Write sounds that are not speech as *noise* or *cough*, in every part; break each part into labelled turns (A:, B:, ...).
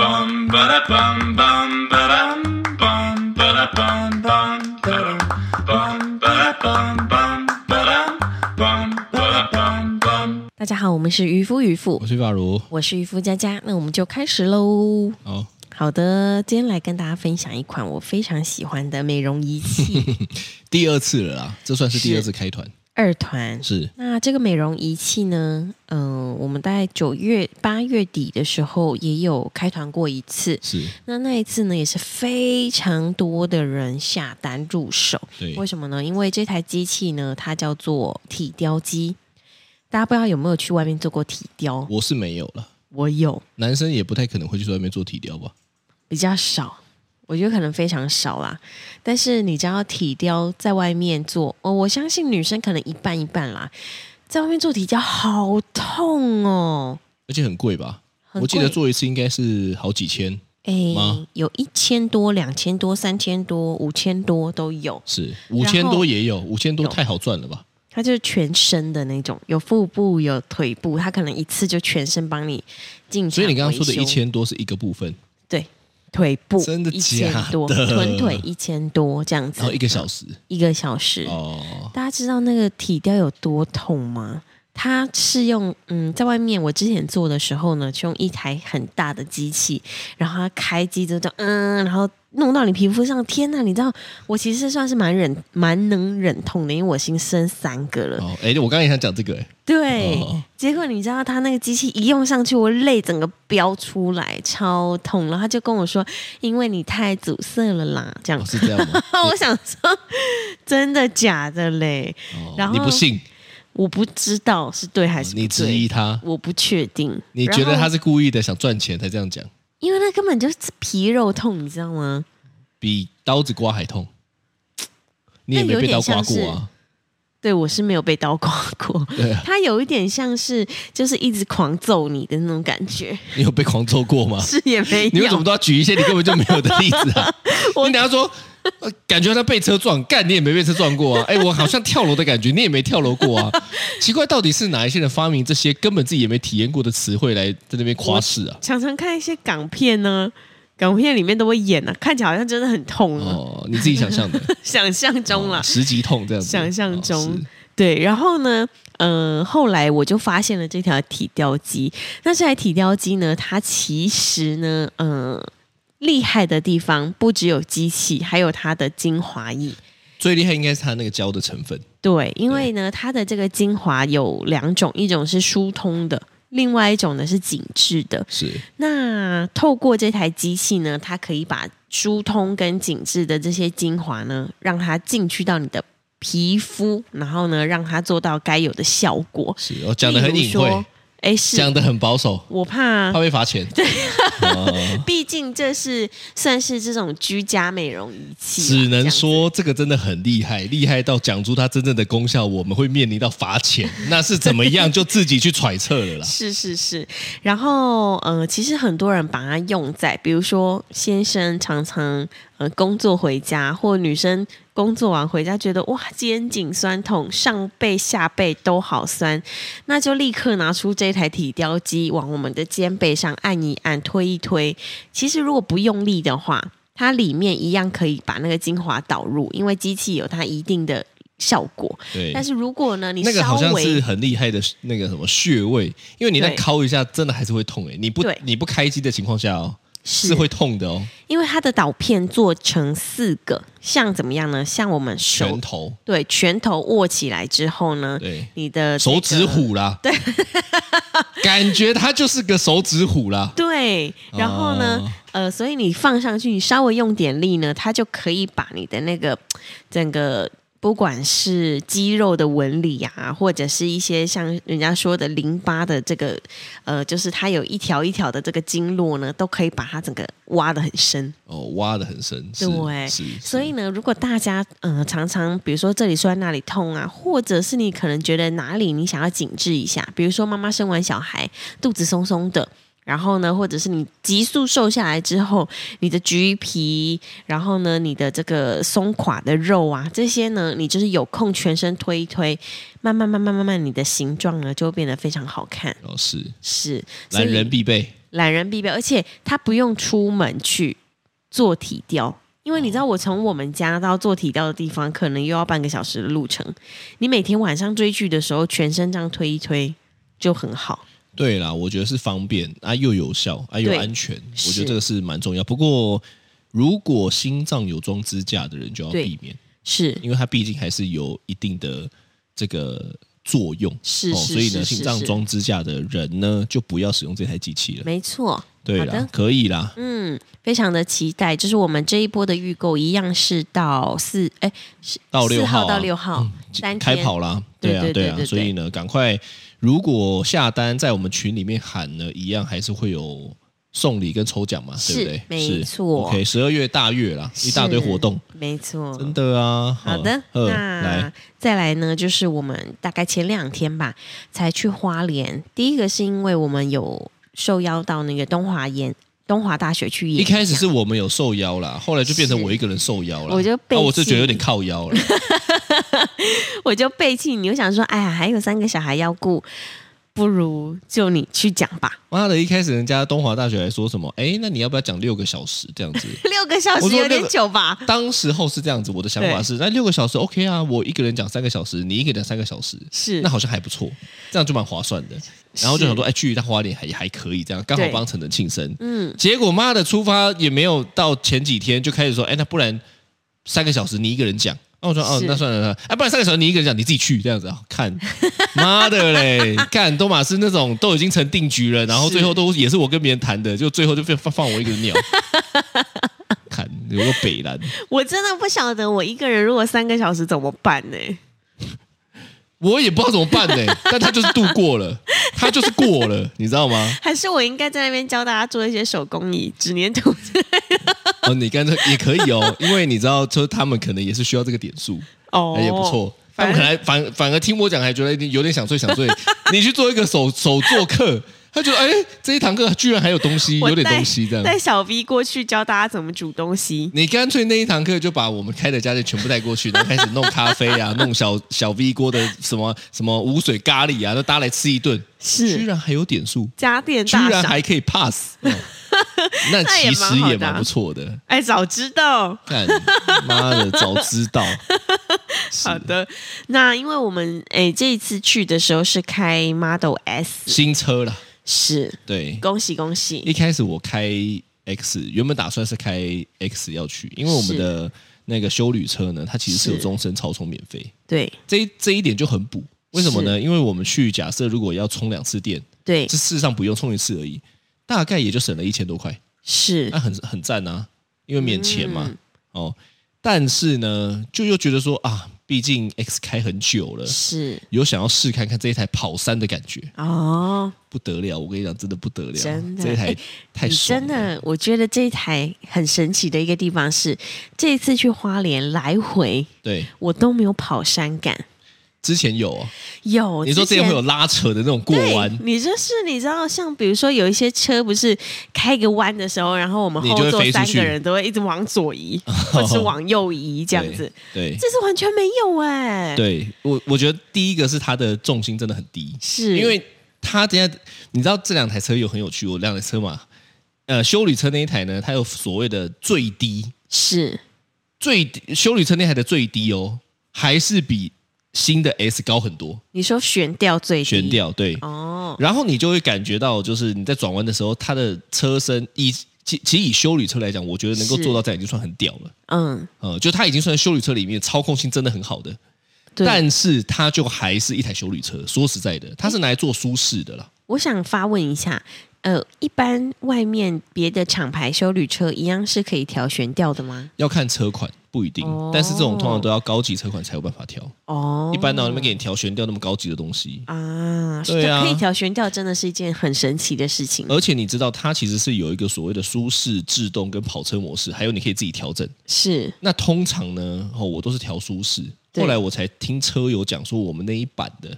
A: bum ba da bum bum ba dum bum ba da bum bum ba dum bum ba da bum bum ba dum bum ba da bum bum.
B: 大家好，我们是渔夫渔妇
C: 我，是法如，
B: 我是渔夫佳佳，那我们就开始喽。
C: 哦，
B: 好的，今天来跟大家分享一款我非常喜欢的美容仪
C: *laughs*
B: 器
C: 第二次了啦，这算是第二次开团，
B: 二团。
C: 是
B: 那这个美容仪器呢，嗯、我们大概九月、八月底的时候也有开团过一次。
C: 是，
B: 那那一次呢，也是非常多的人下单入手。
C: 对，
B: 为什么呢？因为这台机器呢，它叫做体雕机。大家不知道有没有去外面做过体雕？
C: 我是没有了，
B: 我有，
C: 男生也不太可能会去外面做体雕吧？
B: 比较少，我觉得可能非常少啦。但是你知道体雕在外面做，哦，我相信女生可能一半一半啦。在外面做体雕好痛哦，
C: 而且很贵吧？
B: 很
C: 我记得
B: 贵
C: 做一次应该是好几千，
B: 哎
C: 吗，
B: 有一千多、两千多、三千多、五千多都有。
C: 是五千多也有，五千多太好赚了吧？
B: 它就是全身的那种，有腹部有腿部，它可能一次就全身帮你进场
C: 所以你刚刚说的
B: 维修
C: 一千多是一个部分，
B: 对，腿部
C: 真的
B: 一千
C: 假的
B: 多，臀腿一千多这样子，
C: 然后一个小时
B: 一个小时。
C: 哦，
B: 大家知道那个体雕有多痛吗？它是用嗯，在外面我之前做的时候呢，是用一台很大的机器，然后它开机之后就嗯，然后弄到你皮肤上。天呐，你知道我其实算是蛮忍蛮能忍痛的，因为我已经生三个了。
C: 哦，哎，我刚才也想讲这个，哎，
B: 对，
C: 哦
B: 结果你知道他那个机器一用上去，我泪整个飙出来，超痛。然后他就跟我说：“因为你太阻塞了啦。”这样
C: 哦，是这样吗？
B: *laughs* 我想说，真的假的嘞？
C: 哦
B: 然后
C: 你不信，
B: 我不知道是对还是不对
C: 哦你质疑，他，
B: 我不确定。
C: 你觉得
B: 然
C: 他
B: 后？
C: 是故意的想赚钱才这样讲，
B: 因为那根本就是皮肉痛，你知道吗？
C: 比刀子刮还痛，你也
B: 那
C: 没
B: 有
C: 被
B: 点
C: 刀刮
B: 像是
C: 过啊？
B: 对我是没有被刀刮过，
C: 对啊，
B: 它有一点像是就是一直狂揍你的那种感
C: *laughs*
B: 觉，
C: 你有被狂揍过吗？
B: 是也没有。
C: 你为什么都要举一些你根本就没有的例子啊？
B: 我
C: *laughs* 你等下说，呃感觉他被车撞，干你也没被车撞
B: *laughs*
C: 过啊？哎，我好像跳楼的感觉，你也没跳楼过啊？奇怪，到底是哪一些人发明这些根本自己也没体验过的词汇来在那边夸饰啊？
B: 常常看一些港片呢、港片里面都会演啊，看起来好像真的很痛啊，
C: 哦，你自己想象的，
B: *laughs* 想象中啦，
C: 哦十级痛这样子，
B: 想象中、
C: 哦是
B: 对。然后呢，呃，后来我就发现了这条体雕机。那这台体雕机呢，它其实呢，呃，厉害的地方不只有机器，还有它的精华液。
C: 最厉害应该是他那个胶的成分，
B: 对，因为呢，它的这个精华有两种，一种是疏通的，另外一种呢是紧致的。
C: 是
B: 那透过这台机器呢，它可以把疏通跟紧致的这些精华呢，让它进去到你的皮肤，然后呢，让它做到该有的效果。
C: 是，我讲的很
B: 例如
C: 隐
B: 说
C: 晦，，
B: 哎，是啊
C: 讲的很保守，
B: 我怕
C: 怕，被罚钱。哦对，
B: 毕竟这是算是这种居家美容仪器啊，
C: 只
B: 这
C: 能
B: 样子
C: 说这个真的很厉害，厉害到讲出它真正的功效，我们会面临到罚钱，那是怎么样就自己去揣测
B: *laughs*
C: 了啦。
B: 是是是，然后呃，其实很多人把它用在，比如说先生常常呃工作回家，或女生工作完回家觉得哇肩颈酸痛，上背下背都好酸，那就立刻拿出这台体雕机往我们的肩背上按一按，推一推。其实如果不用力的话，它里面一样可以把那个精华导入，因为机器有它一定的效果。
C: 对，
B: 但是如果呢，你
C: 那个
B: 稍
C: 好像
B: 微
C: 是很厉害的那个什么穴位，因为你再
B: 对
C: 敲一下，真的还是会痛欸诶、你不
B: 对
C: 你不开机的情况下哦，是会痛的哦，
B: 因为它的导片做成四个，像怎么样呢？像我们手
C: 拳头，
B: 对拳头握起来之后呢，
C: 对，
B: 你的这个
C: 手指，虎啦，对， *laughs* 感觉它就是个手指虎啦。
B: 对，然后呢，
C: 哦
B: 呃，所以你放上去，你稍微用点力呢，它就可以把你的那个整个。不管是肌肉的纹理啊，或者是一些像人家说的淋巴的这个，呃，就是它有一条一条的这个经络呢，都可以把它整个挖得很深。
C: 哦，挖的很深，是
B: 对
C: 是，是
B: 所以呢，如果大家呃常常比如说这里酸那里痛啊，或者是你可能觉得哪里你想要紧致一下，比如说妈妈生完小孩肚子松松的。然后呢，或者是你急速瘦下来之后，你的橘皮，然后呢，你的这个松垮的肉啊，这些呢，你就是有空全身推一推，慢慢慢慢慢慢，你的形状呢就会变得非常好看。
C: 哦是
B: 是，所
C: 男
B: 以
C: 人必备，
B: 懒人必备，而且他不用出门去做体雕，因为你知
C: 哦
B: 道我从我们家到做体雕的地方，可能又要半个小时的路程。你每天晚上追剧的时候，全身这样推一推就很好。
C: 对啦，我觉得是方便啊，又有效啊，又
B: 对
C: 安全，我觉
B: 是
C: 得这个是蛮重要。不过，如果心脏有装支架的人就要
B: 对
C: 避免，
B: 是
C: 因为它毕竟还是有一定的这个作用。
B: 是
C: 哦，
B: 是
C: 所以
B: 是
C: 呢，
B: 是
C: 心脏
B: 是
C: 装支架的人呢，就不要使用这台机器了。
B: 没错，
C: 对
B: 好
C: 啦
B: 的，
C: 可以啦，
B: 嗯，非常的期待。就是我们这一波的预购，一样是到四哎是
C: 到6
B: 四
C: 号
B: 号
C: 啊
B: 到六号、三
C: 开
B: 天
C: 跑啦，
B: 对
C: 啊
B: 对，对
C: 啊
B: 对，对
C: 所以呢，赶快，如果下单在我们群里面喊呢，一样还是会有送礼跟抽奖嘛，
B: 是
C: 对不对？
B: 没
C: 是
B: 错
C: OK，十二月大月啦，一大堆
B: 是
C: 活动，，
B: 没错，
C: 真的啊。
B: 好的，
C: 呵
B: 那
C: 来，
B: 再来呢，就是我们大概前两天吧，才去花莲。第一个是因为我们有受邀到那个东华研东华大学去演
C: 一
B: 讲，
C: 开始是我们有受邀啦，后来就变成
B: 是
C: 我一个人受邀了，
B: 我就背
C: 啊我是觉
B: 弃
C: 得有点靠
B: *laughs*
C: 腰了，
B: 我就背弃你，我想说，哎呀，还有三个小孩要顾，不如就你去讲吧。
C: 妈的！一开始人家东华大学还说什么，哎，那你要不要讲六个小时
B: *laughs*
C: 这样子？
B: 六个小
C: 我
B: 时
C: 说
B: 有
C: *laughs* 六
B: 点
C: 个
B: 久吧？
C: 当时候是这样子，我的想法
B: 对
C: 是，那六个小时 OK 啊，我一个人讲三个小时，你一个人讲三个小时，
B: 是
C: 那，好像还不错，这样就蛮划算的。然后就想说，哎，去一趟花莲还还可以，这样刚好
B: 对
C: 帮陈晨庆生。
B: 嗯，
C: 结果妈的，出发也没有到前几天就开始说，哎，那不然三个小时你一个人讲。那我说哦，
B: 是
C: 那算了，算了哎，不然三个小时你一个人讲，你自己去这样子啊，看， *laughs* 妈的嘞，看多马斯那种都已经成定局了，然后最后都也是我跟别人谈的，就最后就放放我一个
B: *laughs*
C: 人鸟，看有个北蓝，
B: 我真的不晓得我一个人如果三个小时怎么办呢、
C: 我也不知道怎么办呢、但他就是度过了，他就是过了，你知道吗？
B: 还是我应该在那边教大家做一些手工艺、纸粘土？
C: *laughs* 哦，你干脆也可以
B: *laughs*
C: 哦，因为你知道，就是他们可能也是需要这个点数，
B: 哦
C: 哎也不错。他
B: 反
C: 们可能还反反而听我讲还觉得有点想睡想睡，你去做一个手 *laughs* 手做课，他觉得哎这一堂课居然还有东西，
B: 我
C: 有点
B: 带
C: 东西这样。
B: 带小 V 过去教大家怎么煮东西。
C: 你干脆那一堂课就把我们开的家店全部带过去，然后开始弄咖啡
B: *laughs*
C: 啊，弄小小 V 锅的什么什么无水咖喱啊，都大家来吃一顿，
B: 是
C: 居然还有点数，
B: 家电
C: 居
B: 大赏
C: 然还，可以 pass，、嗯
B: *laughs*
C: 那
B: 那也
C: 其实
B: 蛮好
C: 也
B: 的啊
C: 蛮不错的。
B: 哎，早知道。
C: 干妈的，早知道，
B: 好的，那因为我们哎这一次去的时候是开 Model S，
C: 新车啦，
B: 是
C: 对，
B: 恭喜恭喜，
C: 一开始我开 X，原本打算是开 X 要去，因为我们
B: 是
C: 的那个修旅车呢，它其实是有
B: 是
C: 终身超充免费，
B: 对
C: 这一这一点就很补。为什么呢？因为我们去假设如果要充两次电，
B: 对
C: 这事实上不用充一次而已，大概也就省了一千多块，
B: 是
C: 那很很赞啊，因为免钱嘛。
B: 嗯
C: 哦，但是呢，就又觉得说啊，毕竟 X 开很久了，
B: 是
C: 有想要试看看这一台跑山的感觉。
B: 哦，
C: 不得了，我跟你讲，真的不得了，
B: 真的
C: 这一台
B: 哎
C: 太
B: 你
C: 爽
B: 真
C: 了，
B: 的，我觉得这一台很神奇的一个地方是，这一次去花莲来回
C: 对，
B: 我都没有跑山感，
C: 之前有、哦，
B: 有
C: 你说之
B: 之
C: 前
B: 前
C: 会有拉扯的那种过
B: 对，
C: 弯，
B: 你就是你知道，像比如说有一些车不是开个弯的时候，然后我们
C: 你就
B: 后
C: 会
B: 座
C: 飞出
B: 三
C: 去
B: 个人都会一直往左移，或是往右移这样
C: *laughs*
B: 子，
C: 对
B: 这是完全没有哎、，
C: 对，我我觉得第一个是它的重心真的很低，
B: 是
C: 因为它等下你知道这两台车有很有趣哦，两台车嘛，呃，修理车那一台呢，它有所谓的最低
B: 是
C: 最低修理车那台的最低哦，还是比新的 S 高很多，
B: 你说悬吊最低
C: 悬吊对，
B: 哦，
C: 然后你就会感觉到，就是你在转弯的时候，它的车身以其其以修理车来讲，我觉得能够
B: 是
C: 做到这样已经算很屌了。
B: 嗯，
C: 呃，就它已经算是修理车里面操控性真的很好的，
B: 对。
C: 但是它就还是一台修理车。说实在的，它是拿来做舒适的啦。
B: 我想发问一下，呃，一般外面别的厂牌修旅车一样是可以调悬吊的吗？
C: 要看车款不一定，
B: 哦
C: 但是这种通常都要高级车款才有办法调。
B: 哦，
C: 一般哪有那边给你调悬吊那么高级的东西？
B: 啊，
C: 对啊呃
B: 可以调悬吊真的是一件很神奇的事情，
C: 而且你知道，它其实是有一个所谓的舒适、制动跟跑车模式，还有你可以自己调整。
B: 是
C: 那通常呢，哦，我都是调舒适。
B: 对
C: 后来我才听车友讲说，我们那一版的，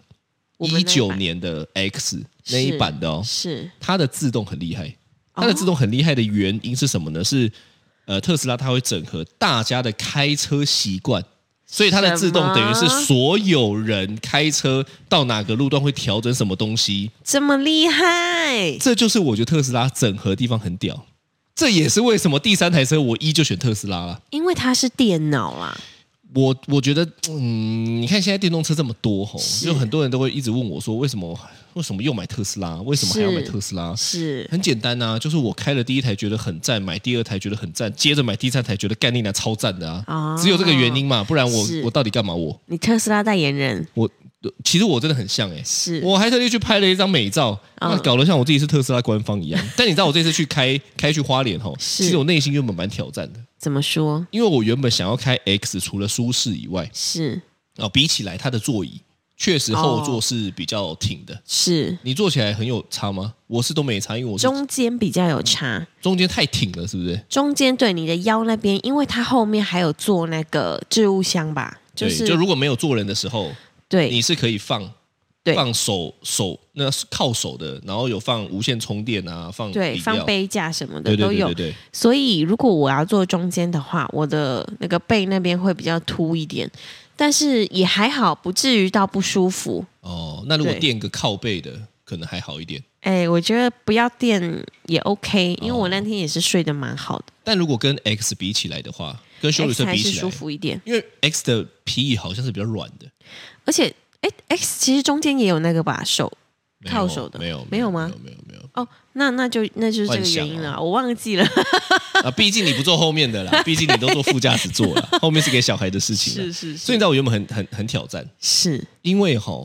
B: 我们
C: 一
B: 那一
C: 九
B: 版
C: 年的 X 那一版的哦，
B: 是
C: 它的自动很厉害。
B: 哦
C: 它的自动很厉害的原因是什么呢？是呃，特斯拉它会整合大家的开车习惯所以它的
B: 什
C: 自动等于是
B: 么
C: 所有人开车到哪个路段会调整什么东西，
B: 这么厉害，
C: 这就是我觉得特斯拉整合地方很屌。这也是为什么第三台车我一就选特斯拉了。
B: 因为它是电脑啦，
C: 我我觉得，嗯，你看现在电动车这么多吼，
B: 是
C: 就很多人都会一直问我说，为什么为什么又买特斯拉？为什么还要买特斯拉？
B: 是
C: 很简单呐、就是我开了第一台觉得很赞，买第二台觉得很赞，接着买第三台觉得干你娘超赞的啊！
B: 哦
C: 只有这个原因嘛，不然我
B: 是
C: 我到底干嘛我？
B: 你特斯拉代言人
C: 我其实我真的很像哎、
B: 是
C: 我还特地去拍了一张美照，
B: 嗯
C: 那搞得像我自己是特斯拉官方
B: *laughs*
C: 一样。但你知道我这次去开开去花莲吼，
B: 是
C: 其实我内心原本蛮挑战的，
B: 怎么说？
C: 因为我原本想要开 X，除了舒适以外，
B: 是
C: 哦，比起来它的座椅确
B: 哦
C: 实后座是比较挺的。
B: 是
C: 你坐起来很有差吗？我是都没差，因为我是
B: 中间比较有差，
C: 中间太挺了，是不是？
B: 嗯中间对你的腰那边，因为它后面还有做那个置物箱吧，就
C: 对，
B: 是
C: 就如果没有坐人的时候，你
B: 对
C: 是可以放
B: 对
C: 放手手那是靠手的，然后有放无线充电啊，放
B: 对
C: 饮料
B: 放杯架什么的
C: 对对
B: 都
C: 对
B: 有
C: 对，对，
B: 所以如果我要坐中间的话，我的那个背那边会比较凸一点，但是也还好，不至于到不舒服。
C: 哦，那如果
B: 对
C: 垫个靠背的，可能还好一点。
B: 哎，我觉得不要垫也 OK，因为
C: 哦
B: 我那天也是睡得蛮好的，
C: 但如果跟 X 比起来的话，跟修理
B: X
C: 车
B: 还
C: 比
B: 是
C: 起
B: 舒
C: 来，
B: 服一点。
C: 因为 X 的皮椅好像是比较软的，
B: 而且，哎，X 其实中间也有那个吧手
C: 没有
B: 靠手的
C: 没有
B: 没有吗
C: 没有没有没有
B: 哦，那那就那就是这个
C: 幻想
B: 原因
C: 哦
B: 了，我忘记
C: *laughs*
B: 了。
C: 啊，毕竟你不坐后面的啦，毕竟你都坐副驾驶座了，后面是给小孩的事情啦。
B: 是
C: 所以你知道我原本很很很挑战，
B: 是
C: 因为哈、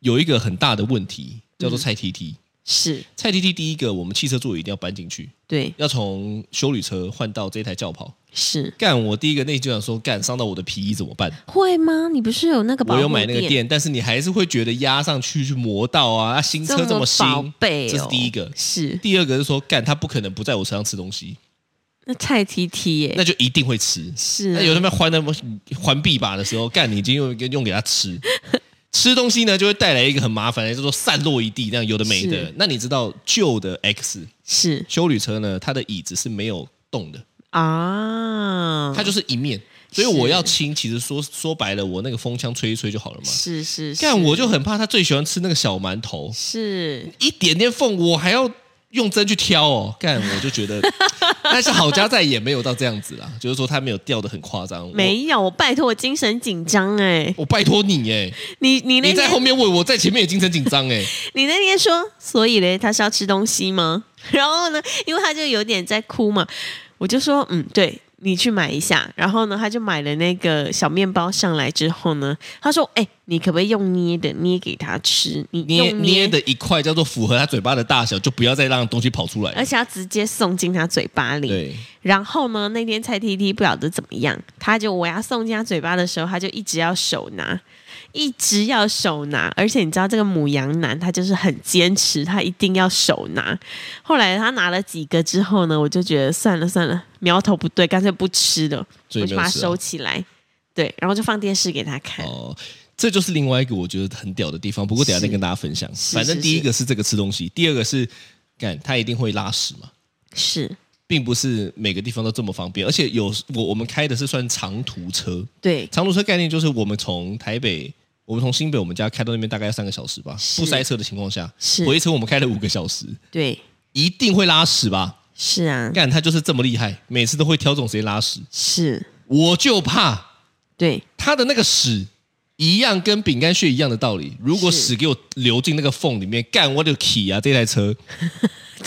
C: 有一个很大的问题叫
B: 嗯
C: 做菜 T T。
B: 是，
C: 菜 T T 第一个，我们汽车座椅一定要搬进去，
B: 对
C: 要从修理车换到这台轿跑。
B: 是
C: 干，我第一个内疚想说，干伤到我的皮衣怎么办？
B: 会吗？你不是有那个保
C: 我
B: 护
C: 有买那个
B: 垫，
C: 垫，但是你还是会觉得压上去去磨到啊，啊新车这么新。
B: 宝贝、哦，
C: 这是第一个
B: 是
C: 第二个是说，干他不可能不在我车上吃东西，
B: 那菜 T T 耶，
C: 那就一定会吃。
B: 是
C: 那
B: 啊
C: 有他们还那么还币吧的时候，干你已经用用给他
B: *laughs*
C: 吃，吃东西呢就会带来一个很麻烦的，叫做散落一地，这样有的没的
B: 是。
C: 那你知道旧的 X
B: 是
C: 修旅车呢，它的椅子是没有动的，
B: 啊，
C: 它就是一面，所以我要清，其实说说白了，我那个风箱吹一吹就好了嘛。
B: 是是是，
C: 干我就很怕他最喜欢吃那个小馒头，
B: 是
C: 一点点缝我还要用针去挑哦，干我就觉得， *laughs* 但是好家在也没有到这样子啦，就是说他没有掉的很夸张，我
B: 没有，我拜托，我精神紧张哎，
C: 我拜托你哎，
B: 你你那
C: 你在后
B: 天
C: 面问，我在前面也精神紧张
B: *laughs*
C: 哎。
B: 你那天说，所以嘞，他是要吃东西吗？ *laughs* 然后呢，因为他就有点在哭嘛，我就说嗯，对。你去买一下，然后呢，他就买了那个小面包上来之后呢，他说：“哎、你可不可以用捏的捏给他吃？你
C: 捏
B: 用
C: 捏的一块叫做符合他嘴巴的大小，就不要再让东西跑出来
B: 而
C: 了。
B: 且要直接送进他嘴巴里。
C: 对，
B: 然后呢，那天蔡 T T 不晓得怎么样，他就我要送进他嘴巴的时候，他就一直要手拿，一直要手拿。而且你知道这个母羊男他就是很坚持，他一定要手拿。后来他拿了几个之后呢，我就觉得算了算了，苗头不对，干脆不吃了，
C: 所以
B: 我
C: 没
B: 就
C: 有
B: 把它
C: 吃啊
B: 收起来。对，然后就放电视给他看。
C: 哦，这就是另外一个我觉得很屌的地方。不过等一下再
B: 是
C: 跟大家分享。
B: 是
C: 反正
B: 是
C: 第一
B: 是
C: 个是这个吃东西，第二个是干他一定会拉屎嘛，
B: 是
C: 并不是每个地方都这么方便。而且有我我们开的是算长途车，
B: 对，
C: 长途车概念就是我们从台北。我们从新北我们家开到那边大概要三个小时吧，
B: 是
C: 不塞车的情况下，
B: 是
C: 回程我们开了五个小时，
B: 对，
C: 一定会拉屎吧？
B: 是啊，
C: 干他就是这么厉害，每次都会挑这种时间拉屎。
B: 是，
C: 我就怕
B: 对，
C: 他的那个屎一样跟饼干屑一样的道理，如果
B: 是
C: 屎给我流进那个缝里面，干我就起啊！这
B: *laughs*
C: 台车，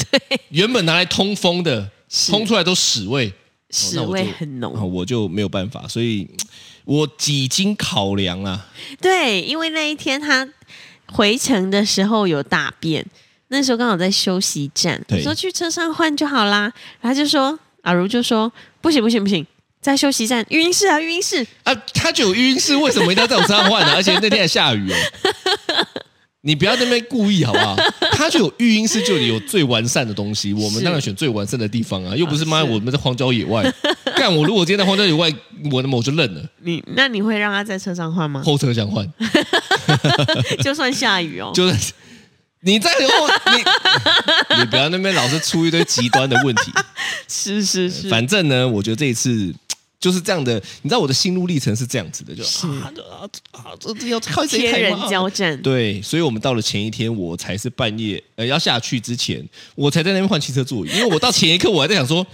C: 对，原本拿来通风的，
B: 是
C: 通出来都屎味，
B: 屎
C: 那我
B: 味
C: 就
B: 很浓。
C: 啊，我就没有办法，所以嗯我几经考量啊，
B: 对，因为那一天他回程的时候有大便，那时候刚好在休息站，
C: 对
B: 我说去车上换就好啦。然后他就说，阿如就说不行不行不行，在休息站晕室啊晕室，
C: 啊，他就有晕是为什么一定要在我身上换呢、
B: *laughs*
C: 啊而且那天还下雨哦。你不要在那边故意好
B: *laughs*
C: 不好？他就有育婴室，就有最完善的东西，我们
B: 是
C: 当然选最完善的地方啊，又不是妈
B: 啊是
C: 我们在荒郊野外。干我如果今天在荒郊野外，我那么我就认了，
B: 你那你会让他在车上换吗？
C: 后车想换，
B: 就算下雨哦，
C: *laughs* 就是你在后你
B: *laughs*
C: 你不要那边老是出一堆极端的问题。
B: 是是是，
C: 反正呢，我觉得这一次就是这样的，你知道我的心路历程是这样子的，就是啊啊啊，这这要靠谁
B: 天
C: 开
B: 人
C: 吗
B: 交战，
C: 对，所以我们到了前一天，我才是半夜呃要下去之前，我才在那边换汽车座椅，因为我到前一刻我还在想说，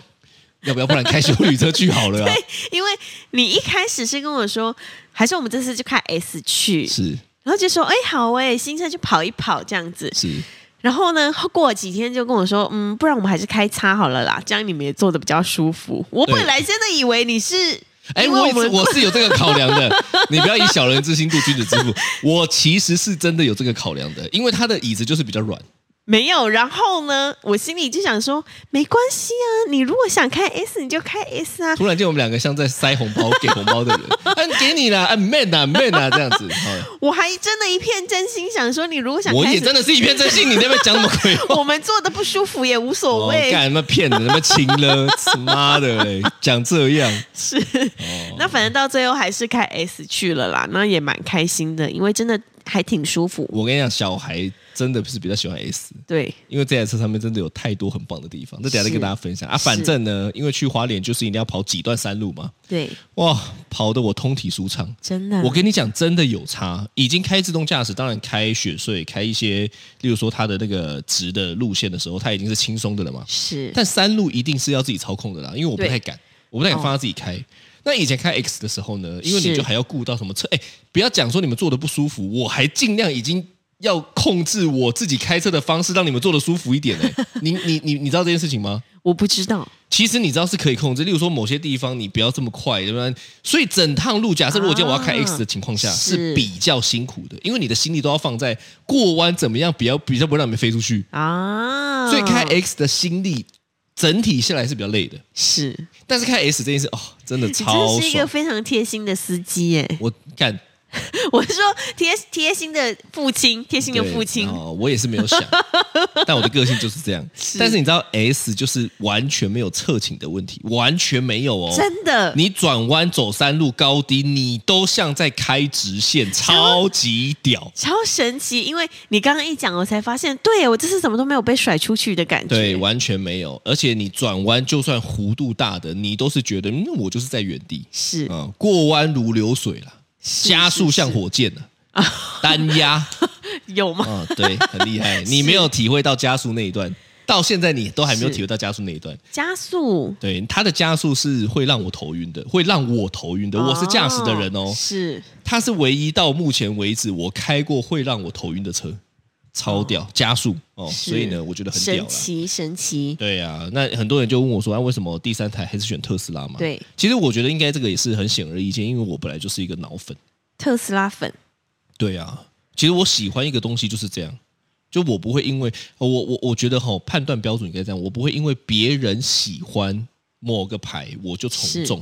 C: 要不要不然开修旅车去好
B: *laughs*
C: 了啊？
B: 因为你一开始是跟我说，还是我们这次就开 S 去，
C: 是
B: 然后就说，哎，好哎，新车就跑一跑这样子。
C: 是，
B: 然后呢，过了几天就跟我说，嗯，不然我们还是开叉好了啦，这样你们也坐的比较舒服。我
C: 对
B: 本来真的以为你是，
C: 哎，
B: 因为
C: 我
B: 我
C: 也是
B: 们
C: 我是有这个考量的，你不要以小人之心度君子之腹，我其实是真的有这个考量的，因为它的椅子就是比较软，
B: 没有，然后呢，我心里就想说，没关系啊，你如果想开 S，你就开 S 啊。
C: 突然间我们两个像在塞红包给红包的人，
B: *laughs*
C: 按给你啦，按 man 啊 man 啊这样子，哦
B: 我还真的一片真心想说，你如果想
C: 我
B: 开
C: 也
B: S，
C: 真的是一片真心，你那边讲什么
B: *laughs*
C: 鬼话？
B: 我们坐的不舒服也无所
C: 哦，
B: 谓。
C: 干他妈骗人，他妈亲了，妈的嘞，讲这样，
B: 是，那反正到最后还是开 S 去了啦，那也蛮开心的，因为真的还挺舒服。
C: 我跟你讲，小孩真的是比较喜欢 S，
B: 对，
C: 因为这台车上面真的有太多很棒的地方，这等一下再跟大家分享啊。
B: 是
C: 反正呢，因为去花莲就是一定要跑几段山路嘛，
B: 对，
C: 哇，跑的我通体舒畅。
B: 真的。
C: 我跟你讲，真的有差。已经开自动驾驶，当然开雪隧，开一些，例如说它的那个直的路线的时候，它已经是轻松的了嘛。
B: 是
C: 但山路一定是要自己操控的啦，因为我不
B: 对
C: 太敢，我不太敢
B: 哦
C: 放他自己开。那以前开 X 的时候呢，因为
B: 是
C: 你就还要顾到什么车，哎，不要讲说你们坐的不舒服，我还尽量已经要控制我自己开车的方式，让你们坐的舒服一点哎。你你你你知道这件事情吗？
B: 我不知道，
C: 其实你知道是可以控制，例如说某些地方你不要这么快，对不对？所以整趟路，假设如果今天我要开
B: 啊
C: X 的情况下、
B: 是
C: 是比较辛苦的，因为你的心力都要放在过弯怎么样，比较比较不会让你们飞出去，
B: 啊，
C: 所以开 X 的心力整体下来是比较累的。
B: 是，
C: 但是开 S 这件事哦，真的
B: 你真的
C: 超
B: 是一个
C: 爽。
B: 非常贴心的司机耶！ *laughs*
C: 我干
B: 我是说贴贴心的父亲，贴心的
C: 对
B: 父亲，
C: 哦，我也是没
B: *laughs*
C: 有想，但我的个性就是这样。但是你知道 S 就是完全没有侧倾的问题，完全没有哦。
B: 真的，
C: 你转弯走山路高低，你都像在开直线，超级屌。
B: 超神奇！因为你刚刚一讲，我才发现，对我这次怎么都没有被甩出去的感觉。
C: 对，完全没有。而且你转弯就算弧度大的，你都是觉得，嗯，我就是在原地。
B: 是
C: 嗯，过弯如流水啦，
B: 是
C: 加速
B: 是
C: 像火箭啊，单
B: *laughs*
C: 压。
B: 有吗？
C: 嗯，对，很厉害。你没有体会到加速那一段，到现在你都还没有体会到加速那一段。
B: 加速，
C: 对，它的加速是会让我头晕的，会让我头晕的。我是驾驶的人哦，
B: 是
C: 它是唯一到目前为止我开过会让我头晕的车，超屌、加速哦。
B: 是
C: 所以呢，我觉得很屌
B: 神
C: 啦。
B: 奇神奇，
C: 对啊，那很多人就问我说，啊，为什么第三台还是选特斯拉嘛？
B: 对，
C: 其实我觉得应该这个也是很显而易见，因为我本来就是一个脑粉。
B: 特斯拉粉
C: 对啊，其实我喜欢一个东西就是这样，就我不会因为呃我我我觉得哈、判断标准应该这样，我不会因为别人喜欢某个牌我就从众，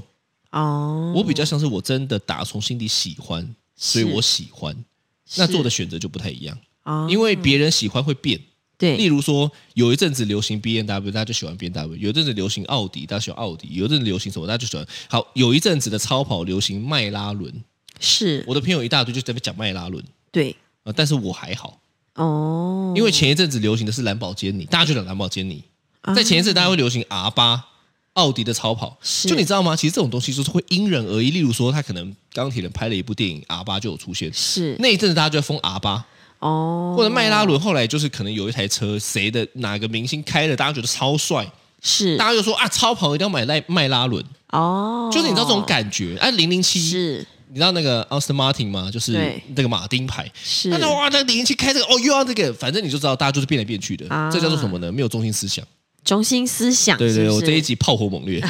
B: 哦，
C: 我比较像是我真的打从心底喜欢，所以我喜欢，那做的选择就不太一样，
B: 啊，
C: 因为别人喜欢会变。例
B: 对
C: 如说，有一阵子流行 B N W，大家就喜欢 B N W；有一阵子流行奥迪，大家喜欢奥迪；有一阵子流行什么，大家就喜欢。好，有一阵子的超跑流行迈拉伦，
B: 是，
C: 我的朋友一大堆就在那边讲迈拉伦
B: 对
C: 啊、呃但是我还好，
B: 哦，
C: 因为前一阵子流行的是兰博基尼，大家就讲兰博基尼。
B: 啊
C: 在前一阵大家会流行 R 八、奥迪的超跑，
B: 是
C: 就你知道吗？其实这种东西就是会因人而异。例如说，他可能钢铁人拍了一部电影，R 八就有出现。
B: 是
C: 那一阵子大家就在疯 R 八，
B: 哦，
C: 或者迈拉伦，后来就是可能有一台车，谁的哪个明星开了，大家觉得超帅，
B: 是
C: 大家就说啊，超跑一定要买赖迈拉伦，
B: 哦，
C: 就是你知道这种感觉。哎、啊，零零七，
B: 是
C: 你知道那个 Austin Martin 吗？就是
B: 对
C: 那个马丁牌，
B: 是
C: 他说哇，那零零七开这个哦，又要这个，反正你就知道，大家就是变来变去的，
B: 啊
C: 这叫做什么呢？没有中心思想。
B: 中心思想，
C: 对对，
B: 是不
C: 我
B: 是
C: 这一集炮火
B: *laughs*
C: 猛烈。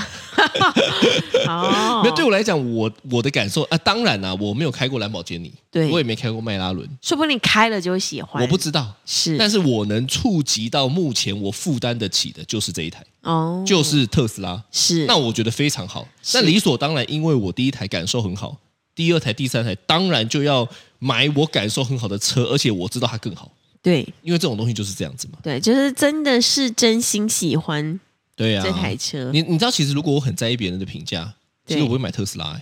C: *laughs*
B: 哦，
C: 那对我来讲，我我的感受啊，当然啦、我没有开过兰博基尼，
B: 对
C: 我也没开过迈拉伦，
B: 说不定你开了就会喜欢，
C: 我不知道。
B: 是，
C: 但是我能触及到目前我负担得起的就是这一台，
B: 哦，
C: 就是特斯拉。
B: 是
C: 那我觉得非常好。那理所当然，因为我第一台感受很好，第二台、第三台当然就要买我感受很好的车，而且我知道它更好，
B: 对
C: 因为这种东西就是这样子嘛。
B: 对，就是真的是真心喜欢
C: 对啊，
B: 这台车
C: 你你知道，其实如果我很在意别人的评价，其实
B: 对
C: 我不会买特斯拉、欸，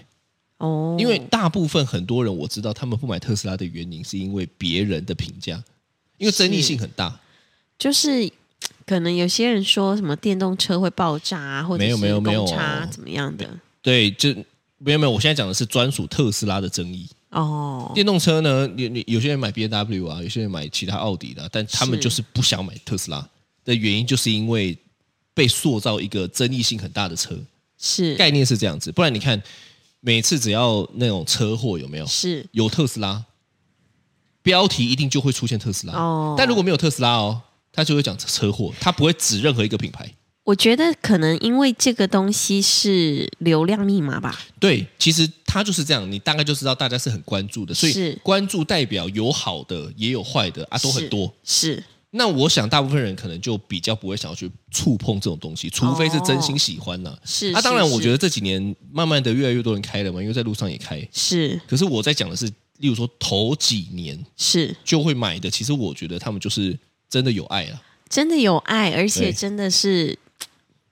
B: 哦，
C: 因为大部分很多人我知道他们不买特斯拉的原因是因为别人的评价，因为争议性很大。
B: 就是。可能有些人说什么电动车会爆炸啊，或者
C: 没有没有
B: 是
C: 没有
B: 公差啊
C: 哦
B: 怎么样的？
C: 对，就没有没有，我现在讲的是专属特斯拉的争议。
B: 哦，
C: 电动车呢，你你有些人买 B N W 啊，有些人买其他奥迪的啊、但他们
B: 是
C: 就是不想买特斯拉的原因，就是因为被塑造一个争议性很大的车
B: 是
C: 概念是这样子。不然你看，每次只要那种车祸有没有
B: 是
C: 有特斯拉，标题一定就会出现特斯拉。
B: 哦
C: 但如果没有特斯拉哦，他就会讲车祸，他不会指任何一个品牌。
B: 我觉得可能因为这个东西是流量密码吧，
C: 对，其实它就是这样，你大概就知道大家是很关注的，所以
B: 是
C: 关注代表有好的也有坏的啊，都很
B: 是
C: 多。
B: 是
C: 那我想大部分人可能就比较不会想要去触碰这种东西，除非是真心喜欢呐、
B: 是。
C: 啊，当然，我
B: 得
C: 觉得这几年慢慢的越来越多人开了嘛，因为在路上也开。
B: 是
C: 可是我在讲的是，例如说头几年
B: 是
C: 就会买的，其实我觉得他们就是真的有爱啊。
B: 真的有爱，而且
C: 对
B: 真的是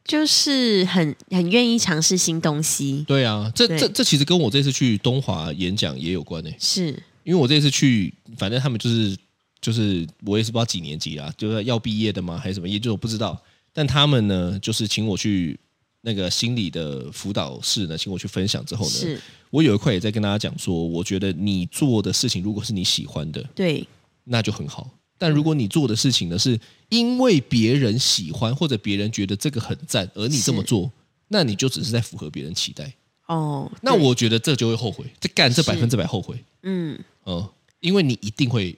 B: 就是很很愿意尝试新东西，
C: 对啊，这
B: 对
C: 这这其实跟我这次去东华演讲也有关诶、
B: 是
C: 因为我这次去，反正他们就是就是我也是不知道几年级啦，就是要毕业的吗还是什么研究所不知道。但他们呢，就是请我去那个心理的辅导室呢，请我去分享之后呢，
B: 是，
C: 我有一块也在跟大家讲说，我觉得你做的事情如果是你喜欢的，
B: 对
C: 那就很好。但如果你做的事情呢，是因为别人喜欢或者别人觉得这个很赞，而你这么
B: 是
C: 做，那你就只是在符合别人期待。
B: 哦。
C: 那
B: 对
C: 我觉得这就会后悔，这干这
B: 是
C: 百分之百后悔。
B: 嗯
C: 嗯，因为你一定会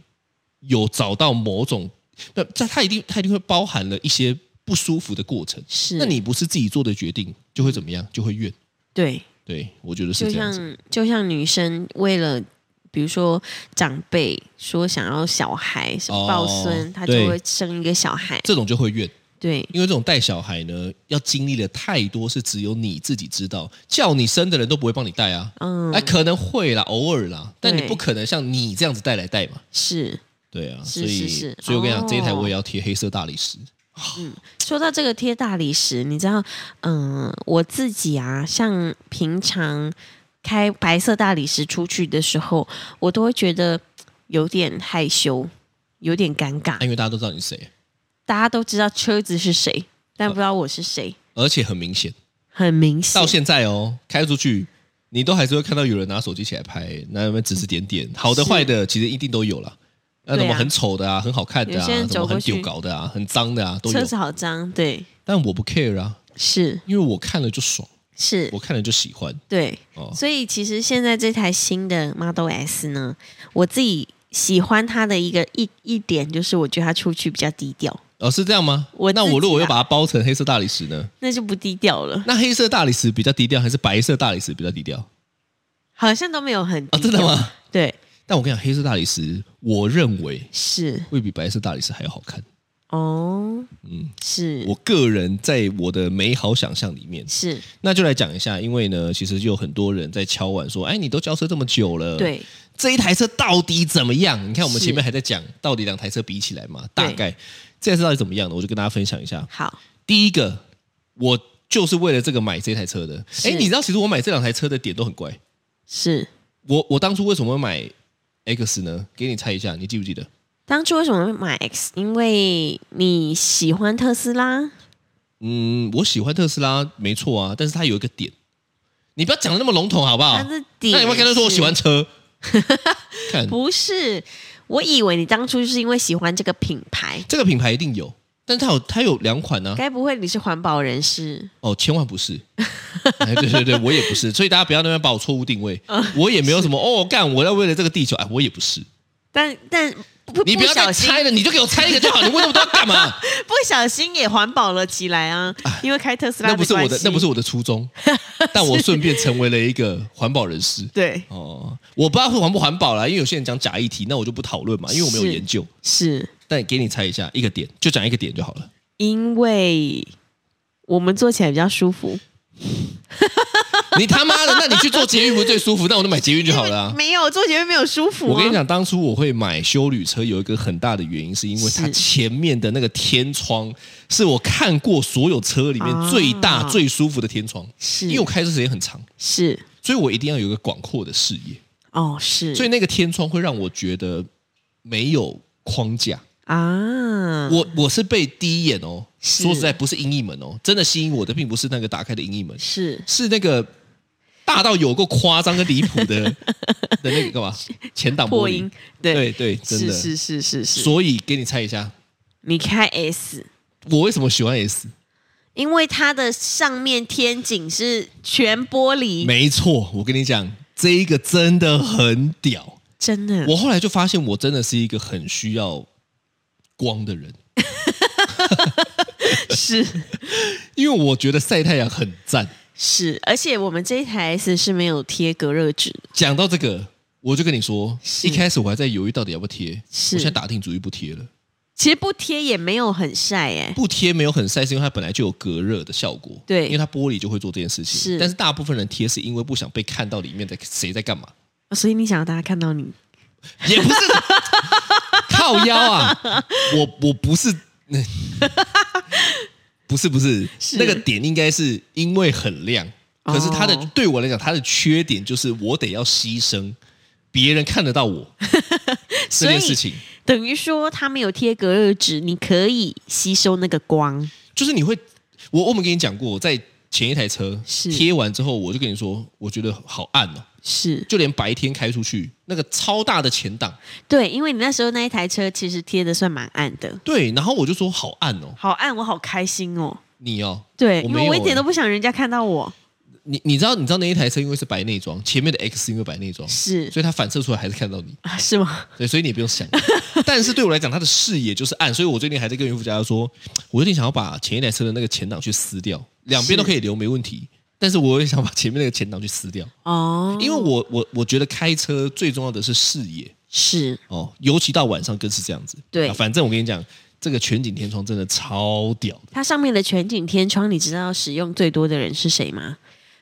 C: 有找到某种，那这它一定它一定会包含了一些不舒服的过程。
B: 是，
C: 那你不是自己做的决定，就会怎么样？就会怨。
B: 对
C: 对，我觉得
B: 就是
C: 这样子。
B: 像就像女生为了，比如说长辈说想要小孩，什么
C: 哦
B: 抱孙，她就
C: 对
B: 会生一个小孩。
C: 这种就会怨，
B: 对，
C: 因为这种带小孩呢，要经历了太多，是只有你自己知道。叫你生的人都不会帮你带啊，
B: 嗯，
C: 哎、可能会啦，偶尔啦，但你
B: 对
C: 不可能像你这样子带来带嘛。
B: 是。
C: 对啊，
B: 是
C: 所以
B: 是是
C: 所以我跟你讲，这一台
B: 哦
C: 我也要贴黑色大理石。
B: 说到这个贴大理石，你知道，嗯，我自己啊，像平常开白色大理石出去的时候，我都会觉得有点害羞，有点尴尬
C: 啊。因为大家都知道你是谁，
B: 大家都知道车子是谁，但不知道我是谁，
C: 而且很明显。
B: 很明
C: 到
B: 显。
C: 现在哦，开出去你都还是会看到有人拿手机起来拍，那那边指指点点，好的
B: 是
C: 坏的其实一定都有啦。那什
B: 对
C: 么
B: 啊
C: 很丑的啊，很好看的
B: 有
C: 啊，
B: 些人
C: 什么
B: 走过
C: 很
B: 去
C: 丢搞的啊，很脏的啊，都
B: 车
C: 有
B: 子。好脏，对，
C: 但我不 care 啊，
B: 是
C: 因为我看了就爽，
B: 是
C: 我，看了就喜欢。
B: 对。
C: 哦
B: 所以其实现在这台新的 Model S 呢，我自己喜欢它的一个一一点就是，我觉得它出去比较低调，
C: 哦，是这样吗？
B: 我
C: 那
B: 自己
C: 我如果
B: 啊
C: 要把它包成黑色大理石呢？
B: 那就不低调了。
C: 那黑色大理石比较低调，还是白色大理石比较低调？
B: 好像都没有很
C: 啊，真的？吗？
B: 对，
C: 但我跟你讲，黑色大理石，我认为
B: 是
C: 会比白色大理石还要好看。
B: 哦，
C: 嗯，
B: 是
C: 我个人在我的美好想象里面，
B: 是，
C: 那就来讲一下，因为呢，其实就有很多人在敲碗说：“哎，你都交车这么久了，，
B: 对
C: 这一台车到底怎么样？”你看我们
B: 是
C: 前面还在讲，到底两台车比起来嘛，
B: 对
C: 大概这台车到底怎么样呢？我就跟大家分享一下。
B: 好
C: 第一个，我就是为了这个买这台车的。
B: 是
C: 哎，你知道其实我买这两台车的点都很怪。
B: 是。
C: 我我当初为什么会买 X 呢？给你猜一下，你记不记得？
B: 当初为什么会买 X？因为你喜欢特斯
C: 啊
B: 拉，
C: 嗯，我喜欢特斯拉，没错啊，但是它有一个点，你不要讲的那么笼统好不好？
B: 它的点
C: 那你不要跟他说我
B: 是
C: 喜欢车？看
B: 不是？我以为你当初就是因为喜欢这个品牌，
C: 这个品牌一定有，但是它有它有两款呢、
B: 该不会你是环保人士？
C: 哦，千万不是。哎，对对对，我也不 *laughs* 是，所以大家不要那边把我错误定位。我也没有什么哦，干，我要为了这个地球，哎，我也不是。
B: 但但不
C: 你不要
B: 小
C: 再
B: 心
C: 猜了，你就给我猜一个就好，你问那么多干嘛？
B: 不小心也环保了起来啊！因为开特斯拉
C: *laughs* 那不是我的
B: 关，系
C: 那不是我的初衷， *laughs* 但我顺便成为了一个环保人士。
B: 对
C: 哦，我不知道会环不环保啦，因为有些人讲假议题，那我就不讨论嘛，因为我没有
B: 是
C: 研究。
B: 是
C: 但给你猜一下，一个点，就讲一个点就好了。
B: 因为我们坐起来比较舒服。
C: 你他妈的，那你去做捷运不是最舒服？那我就买捷运就好了、啊。
B: 没有坐前面没有舒服、啊。
C: 我跟你，讲，当初我会买修旅车有一个很大的原因，是因为它
B: 是
C: 前面的那个天窗是我看过所有车里面
B: 啊
C: 最大、最舒服的天窗。
B: 是
C: 因为我开车时间很长，
B: 是
C: 所以我一定要有一个广阔的视野，
B: 哦是，
C: 所以那个天窗会让我觉得没有框架。
B: 啊，
C: 我我是被第一眼哦，
B: 是
C: 说实在不是音译门哦，真的吸引我的并不是那个打开的音译门，
B: 是
C: 是那个。大到有够夸张跟离谱
B: *laughs*
C: 的的那个干嘛？前挡玻
B: 破
C: 璃
B: 音，，对，
C: 对对，真
B: 是
C: 的。
B: 是是是是，
C: 所以给你猜一下，
B: 你开 S，
C: 我为什么喜欢
B: 嗯
C: S？
B: 因为它的上面天井是全玻璃，
C: 没错，我跟你讲，这一个真的很屌。
B: 真的，
C: 我后来就发现，我真的是一个很需要光的人，
B: 是
C: 因为我觉得晒太阳很赞。
B: 是，而且我们这一台 S 是没有贴隔热纸的，
C: 讲到这个，我就跟你说，
B: 是
C: 一开始我还在犹豫到底要不要贴，
B: 是
C: 我现在打定主意不贴了。
B: 其实不贴也没有很晒哎、
C: 不贴没有很晒，是因为它本来就有隔热的效果，
B: 对
C: 因为它玻璃就会做这件事情。
B: 是
C: 但是大部分人贴是因为不想被看到里面在谁在干嘛，
B: 所以你想要大家看到你
C: 也
B: *laughs*
C: 不是靠腰啊，我我不
B: *laughs*
C: 是。不是不是，
B: 是
C: 那个点应该是因为很亮，可是它的、
B: 哦
C: 对我来讲，它的缺点就是我得要牺牲别人看得
B: *laughs*
C: 到我这
B: 所以
C: 件事情，
B: 等于说它没有贴隔热纸，你可以吸收那个光。
C: 就是你会，我我们跟你讲过，我在前一台车
B: 是
C: 贴完之后，我就跟你说，我觉得好暗哦，
B: 是
C: 就连白天开出去那个超大的前挡，
B: 对，因为你那时候那一台车其实贴的算蛮暗的，
C: 对，然后我就说好暗哦，
B: 好暗，我好开心哦。
C: 你哦，
B: 对，
C: 我
B: 因
C: 没
B: 为
C: 有
B: 我一点
C: 欸
B: 都不想人家看到我。
C: 你你知道你知道那一台车因为是白内装，前面的 X 因为白内装，
B: 是
C: 所以它反射出来还是看到你，
B: 啊， *laughs* 是吗？
C: 对，所以你也不用想。但是对我来讲，它的视野就是暗，所以我最近还在跟渔夫家说，我有点想要把前一台车的那个前挡去撕掉，两边都可以留没问题，但是我也想把前面那个前挡去撕掉，
B: 哦，
C: 因为我我我觉得开车最重要的是视野，
B: 是
C: 哦，尤其到晚上更是这样子。
B: 对
C: 啊反正我跟你讲，这个全景天窗真的超屌的
B: 它上面的全景天窗，你知道使用最多的人是谁吗？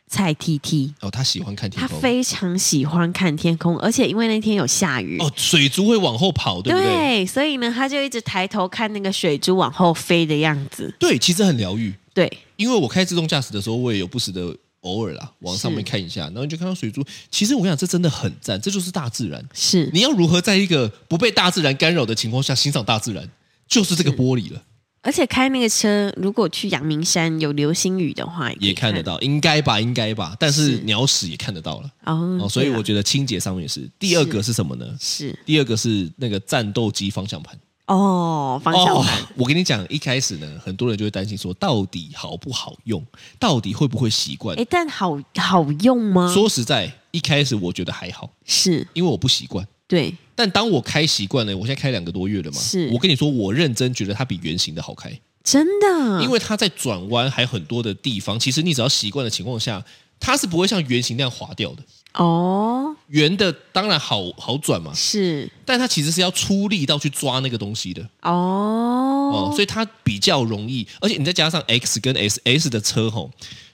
B: 蔡 T T，
C: 哦。他喜欢看
B: 他
C: 天空，
B: 非常喜欢看天空，而且因为那天有下雨，
C: 哦，水珠会往后跑，对不对？
B: 对，所以呢，他就一直抬头看那个水珠往后飞的样子。
C: 对其实很疗愈，
B: 对，
C: 因为我开自动驾驶的时候，我也有不时的偶尔啦啊往上面看一下，然后你就看到水珠。其实我跟你讲，这真的很赞，这就是大自然。
B: 是
C: 你要如何在一个不被大自然干扰的情况下欣赏大自然，就是这个玻璃了，
B: 而且开那个车，如果去阳明山有流星雨的话，
C: 也看
B: 看
C: 得。到，应该吧，应该吧。但是
B: 是
C: 鸟屎也看得到了，
B: 哦，
C: 哦，所以
B: 对啊
C: 我觉得清洁上面也是。第二个是什么呢？
B: 是
C: 第二个是那个战斗机方向盘。
B: 哦，方向盘、
C: 哦，我跟你讲，一开始呢，很多人就会担心说，到底好不好用，到底会不会习惯
B: 哎、？但好好用吗？
C: 说实在，一开始我觉得还好，
B: 是
C: 因为我不习惯。
B: 对，
C: 但当我开习惯了，我现在开两个多月了嘛，
B: 是
C: 我跟你说，我认真觉得它比原型的好开，
B: 真的，
C: 因为它在转弯还有很多的地方，其实你只要习惯的情况下，它是不会像原型那样滑掉的。
B: 哦，
C: 圆的当然好好转嘛，
B: 是
C: 但它其实是要出力到去抓那个东西的。哦，
B: 哦，
C: 所以它比较容易，而且你再加上 X 跟 S S 的车吼，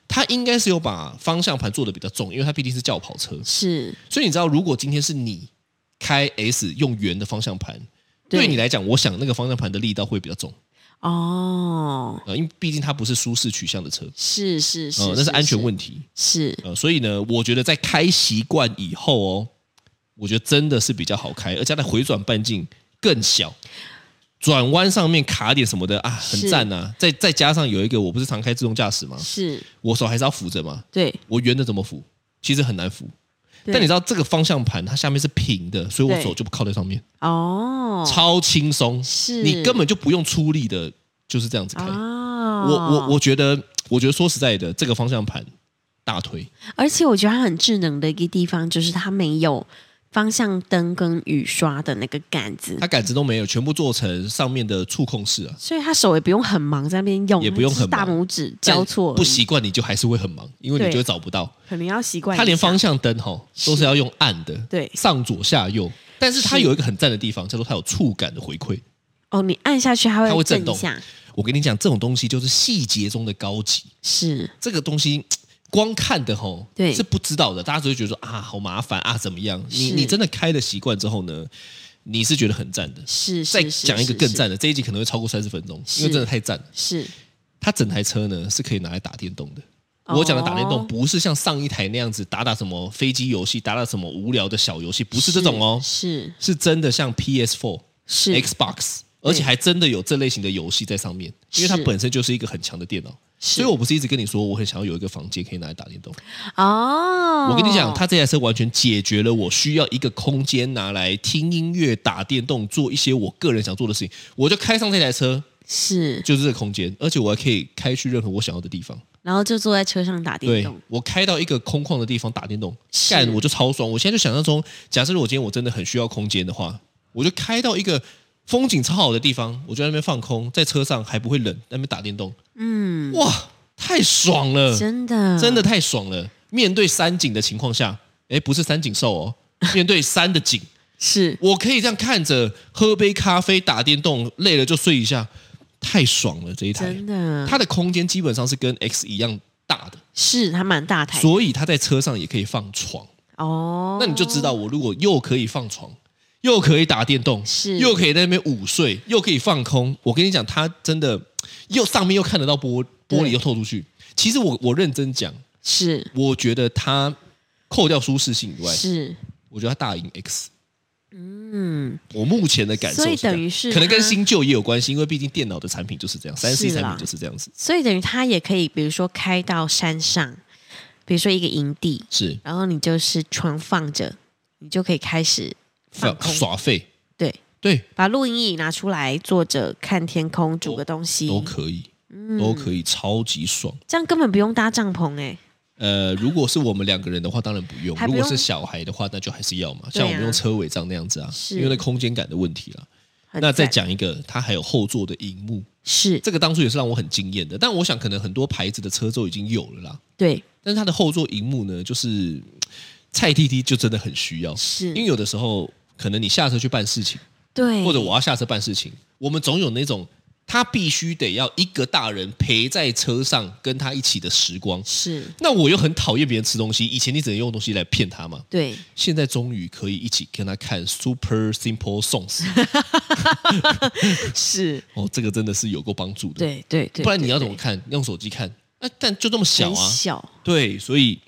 C: 它应该是有把方向盘做的比较重，因为它毕竟是轿跑车，
B: 是
C: 所以你知道，如果今天是你开 S 用圆的方向盘，
B: 对
C: 对你来讲，我想那个方向盘的力道会比较重
B: 哦，
C: 啊、呃因为毕竟它不是舒适取向的车，
B: 是是是，
C: 呃，那是安全问题，
B: 是是
C: 呃，所以呢，我觉得在开习惯以后哦，我觉得真的是比较好开，而且它的回转半径更小，转弯上面卡点什么的啊，很
B: 是
C: 赞啊！再再加上有一个，我不是常开自动驾驶吗？
B: 是，
C: 我手还是要扶着嘛，
B: 对。
C: 我圆的怎么扶？其实很难扶。
B: 对
C: 但你知道这个方向盘它下面是平的，所以我
B: 对
C: 手就不靠在上面，
B: 哦，
C: 超轻松，
B: 是
C: 你根本就不用出力的，就是这样子开。
B: 啊，
C: 我我我觉得，我觉得说实在的，这个方向盘大
B: *laughs*
C: 推。
B: 而且我觉得它很智能的一个地方就是它没有方向灯跟雨刷的那个杆子
C: 它，杆子都没有，全部做成上面的触控式啊，
B: 所以他手也不用很忙在那边用，
C: 也不用很
B: 就是大
C: 忙
B: 拇指交错而已，
C: 但不习惯你就还是会很忙，因为你
B: 对
C: 就会找不到。
B: 可能要习惯一下。
C: 它连方向灯哈、都是要用暗的，
B: 对
C: 上左下右。但是它
B: 是
C: 有一个很赞的地方，叫做它有触感的回馈。
B: 哦，你按下去它
C: 它
B: 会
C: 会震
B: 一
C: 动
B: 下，
C: 我跟你讲，这种东西就是细节中的高级，
B: 是
C: 这个东西。光看的吼，
B: 对
C: 是不知道的，大家只会觉得说啊，好麻烦啊，怎么样？你
B: 是
C: 你真的开了习惯之后呢，你是觉得很赞的。
B: 是。
C: 再
B: 是是
C: 讲一个
B: 是
C: 更赞的，这一集可能会超过三十分钟，因为
B: 是
C: 真的太赞了。
B: 是是
C: 它整台车呢是可以拿来打电动的。
B: 哦
C: 我讲的打电动不是像上一台那样子打打什么飞机游戏，打打什么无聊的小游戏，不是这种哦，
B: 是
C: 是真的像 PS4、
B: 是
C: Xbox，而且还真的有这类型的游戏在上面，因为它本身就是一个很强的电脑，
B: 是
C: 所以我不是一直跟你说我很想要有一个房间可以拿来打电动。
B: 哦，
C: 我跟你讲，它这台车完全解决了我需要一个空间拿来听音乐、打电动、做一些我个人想做的事情。我就开上这台车，
B: 是，
C: 就是这个空间，而且我还可以开去任何我想要的地方。
B: 然后就坐在车上打电
C: 对
B: 动，
C: 我开到一个空旷的地方打电动，
B: 是
C: 干我就超爽。我现在就想象中，假设我今天我真的很需要空间的话，我就开到一个风景超好的地方，我就在那边放空，在车上还不会冷，在那边打电动，
B: 嗯，
C: 哇，太爽了！
B: 真的，
C: 嗯真的，太爽了。面对山景的情况下，哎，不是山景兽哦，面对山的景，
B: 是
C: 我可以这样看着，喝杯咖啡，打电动，累了就睡一下，太爽了这一台
B: 真。的，
C: 它的空间基本上是跟 X 一样大的，
B: 是它蛮大台的
C: 所以它在车上也可以放床。
B: 哦，
C: 那你就知道，我如果又可以放床，又可以打电动，
B: 是
C: 又可以在那边午睡，又可以放空。我跟你讲，它真的又上面又看得到玻玻璃
B: 对
C: 又透出去。其实我我认真讲，
B: 是
C: 我觉得它扣掉舒适性以外，
B: 是，
C: 我觉得它大赢 X。
B: 嗯，
C: 我目前的感受
B: 所以
C: 是这样
B: 等于是
C: 可能跟
B: 它
C: 新旧也有关系，因为毕竟电脑的产品就是这样，三 C
B: 是啦
C: 产品就是这样子。
B: 所以等于它也可以，比如说开到山上，比如说一个营地，
C: 是
B: 然后你就是床放着，你就可以开始放空，
C: 耍废，
B: 对，
C: 对，
B: 把录音椅拿出来，坐着看天空，煮个东西，
C: 都可以，
B: 嗯
C: 都可以，超级爽。
B: 这样根本不用搭帐篷哎、
C: 呃，如果是我们两个人的话，当然不用；
B: 还不
C: 如果
B: 用
C: 是小孩的话，那就还是要嘛。
B: 对啊
C: 像我们用车尾帐那样子啊，
B: 是
C: 因为那空间感的问题啦。
B: 很
C: 那再
B: 赞
C: 讲一个，它还有后座的荧幕，
B: 是
C: 这个当初也是让我很惊艳的。但我想，可能很多牌子的车都已经有了啦。
B: 对
C: 但是它的后座荧幕呢，就是嗯菜 T T 就真的很需要，
B: 是
C: 因为有的时候可能你下车去办事情，
B: 对，
C: 或者我要下车办事情，我们总有那种他必须得要一个大人陪在车上跟他一起的时光。
B: 是
C: 那我又很讨厌别人吃东西，以前你只能用东西来骗他嘛，
B: 对
C: 现在终于可以一起跟他看 Super Simple Songs
B: 是，
C: 哦，这个真的是有够帮助的。
B: 对对对，
C: 不然你
B: 对
C: 要怎么
B: 对
C: 看？用手机看？啊，但就这么小
B: 很
C: 啊，
B: 小
C: 对，所以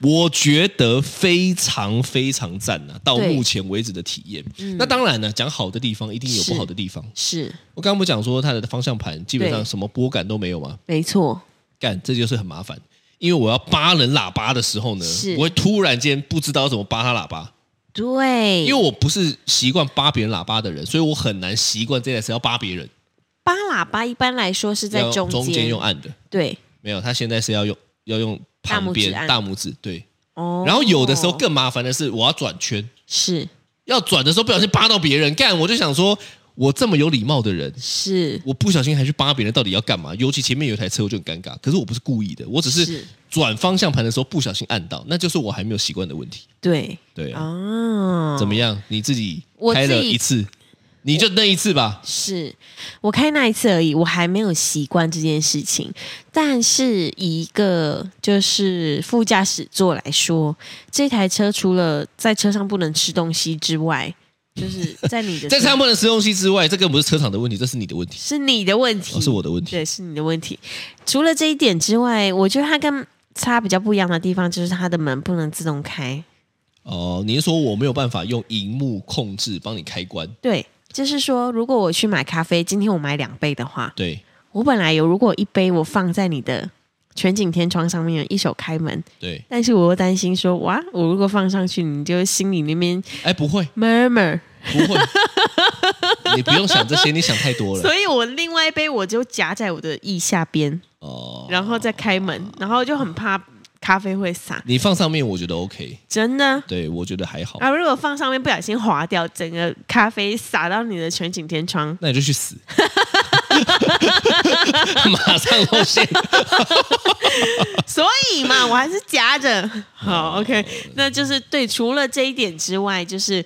C: 我觉得非常非常赞呐、到
B: 对嗯
C: 目前为止的体验，那当然呢，讲好的地方一定有不好的地方。
B: 是
C: 我刚刚不讲说它的方向盘基本上
B: 对
C: 什么拨杆都没有嘛，
B: 没错，
C: 干这就是很麻烦。因为我要扒人喇叭的时候呢
B: 是，
C: 我会突然间不知道怎么扒他喇叭，
B: 对，
C: 因为我不是习惯扒别人喇叭的人，所以我很难习惯这台车要扒别人，
B: 扒喇叭一般来说是在
C: 要
B: 中
C: 中间用按的，
B: 对
C: 没有，他现在是要用要用
B: 大拇
C: 旁
B: 指
C: 边
B: 按
C: 大拇指对，
B: 哦，
C: 然后有的时候更麻烦的是，我要转圈，
B: 是
C: 要转的时候不小心扒到别人，干我就想说，我这么有礼貌的人，
B: 是
C: 我不小心还去扒别人，到底要干嘛？尤其前面有一台车，我就很尴尬。可是我不是故意的，我只
B: 是
C: 是转方向盘的时候不小心按到，那就是我还没有习惯的问题。
B: 对
C: 对啊，
B: 哦，
C: 怎么样？你自己
B: 我
C: 开
B: 自
C: 了
B: 己
C: 一次，你就那一次吧。
B: 是我开那一次而已，我还没有习惯这件事情。但是以一个就是副驾驶座来说，这台车除了在车上不能吃东西之外，就是在你的
C: *laughs* 在他们的吃东西之外，这个不是车厂的问题，这是你的问题，
B: 是你的问题，
C: 哦、是我的问题。
B: 对，是你的问题。除了这一点之外，我觉得它跟它比较不一样的地方就是它的门不能自动开。
C: 哦，你是说我没有办法用荧幕控制帮你开关？
B: 对，就是说，如果我去买咖啡，今天我买两杯的话，
C: 对
B: 我本来有如果一杯我放在你的全景天窗上面，一手开门，
C: 对，
B: 但是我又担心说，哇，我如果放上去，你就心里那边
C: 哎，不会，
B: murmur，
C: 不
B: *laughs*
C: 会，你不用想这些，你想太多了。
B: 所以我另外一杯我就夹在我的腋下边，
C: 哦，
B: 然后再开门，然后就很怕咖啡会洒，
C: 你放上面，我觉得 OK，
B: 真的。
C: 对我觉得还好。
B: 啊！如果放上面不小心滑掉，整个咖啡洒到你的全景天窗，
C: 那你就
B: *laughs*
C: 去死， *laughs* 马上露馅。
B: 所以
C: *laughs*
B: 嘛，我还是夹着。
C: 嗯
B: 好，OK，那就是对。除了这一点之外，就是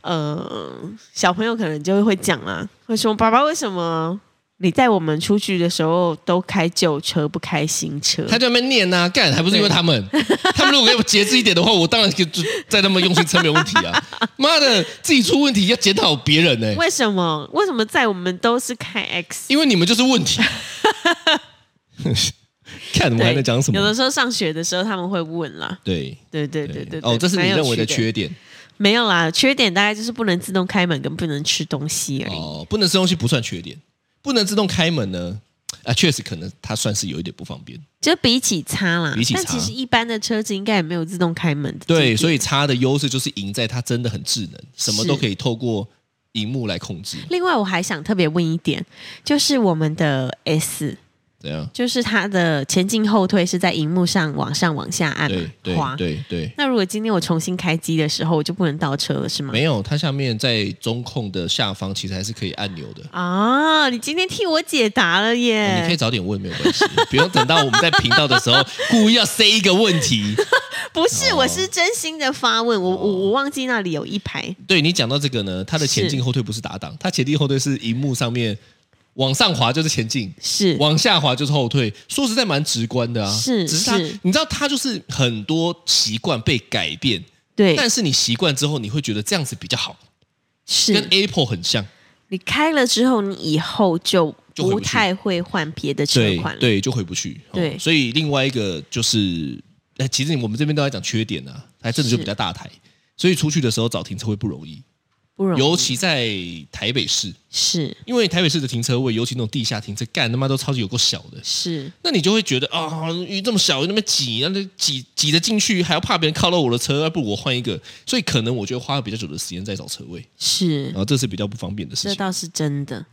B: 呃，小朋友可能就会讲啦，会说：“爸爸，为什么你带我们出去的时候都开旧车不开新车
C: 他就在那边念呐、啊，干还不是因为他们？ *laughs* 他们如果要节制一点的话，我当然可以就在他们用心车没有问题
B: *laughs*
C: 啊。妈的，自己出问题要检讨别人呢、？”
B: *laughs*
C: 欸
B: 为什么？为什么在我们都是开 X？
C: 因为你们就是
B: *laughs*
C: 问题。看我还能讲什
B: 对有
C: 么？
B: 的时候上学的时候他们会问啦，
C: 对
B: 对对对对。
C: 哦，这是你
B: 蛮有
C: 认为的
B: 趣
C: 缺点
B: 没有啦，缺点大概就是不能自动开门跟不能吃东西而已。
C: 哦，不能吃东西不算缺点，不能自动开门呢，啊，确实可能它算是有一点不方便。
B: 就比起擦啦，
C: 比起
B: 但
C: 擦
B: 其实一般的车子应该也没有自动开门的。
C: 对，所
B: 以
C: 以它的优势就是赢在它真的很智能，什么
B: 是
C: 都可以透过荧幕来控制。
B: 另外我还想特别问一点，就是我们的 S，
C: 怎样？
B: 就是它的前进后退是在荧幕上往上往下按嘛
C: 对对
B: 滑。
C: 对对，
B: 那如果今天我重新开机的时候，我就不能倒车了，是吗？
C: 没有，它下面在中控的下方其实还是可以按钮的。
B: 啊，你今天替我解答了耶！
C: 哦你可以早点问没有
B: *laughs*
C: 关系，不用等到我们在频道的时候故意要塞一个问题。
B: 不是，
C: 哦
B: 我是真心的发问，我我我忘记那里有一排，
C: 对你讲到这个呢，它的前进后退不是打档，它前进后退是荧幕上面往上滑就是前进，
B: 是
C: 往下滑就是后退。说实在蛮直观的啊，
B: 是
C: 只是它
B: 是
C: 你知道它就是很多习惯被改变，
B: 对，
C: 但是你习惯之后，你会觉得这样子比较好，跟
B: 是
C: Apple 很像。
B: 你开了之后，你以后就
C: 就回
B: 不
C: 不去
B: 太会换别的车
C: 对
B: 款了。
C: 对，就回不去。哦
B: 对
C: 所以另外一个就是，哎，其实我们这边都在讲缺点啊，还真的就是比较大台，所以出去的时候找停车位不容易，
B: 不容易
C: 尤其在台北市，
B: 是
C: 因为台北市的停车位，尤其那种地下停车，干他妈都超级有够小的。
B: 是
C: 那你就会觉得啊，鱼、这么小，那么挤，那就挤挤得进去，还要怕别人靠到我的车，不如我换一个。所以可能我觉得花了比较久的时间在找车位，
B: 是
C: 然，后这嗯是比较不方便的事
B: 这
C: 情。
B: 倒是真的。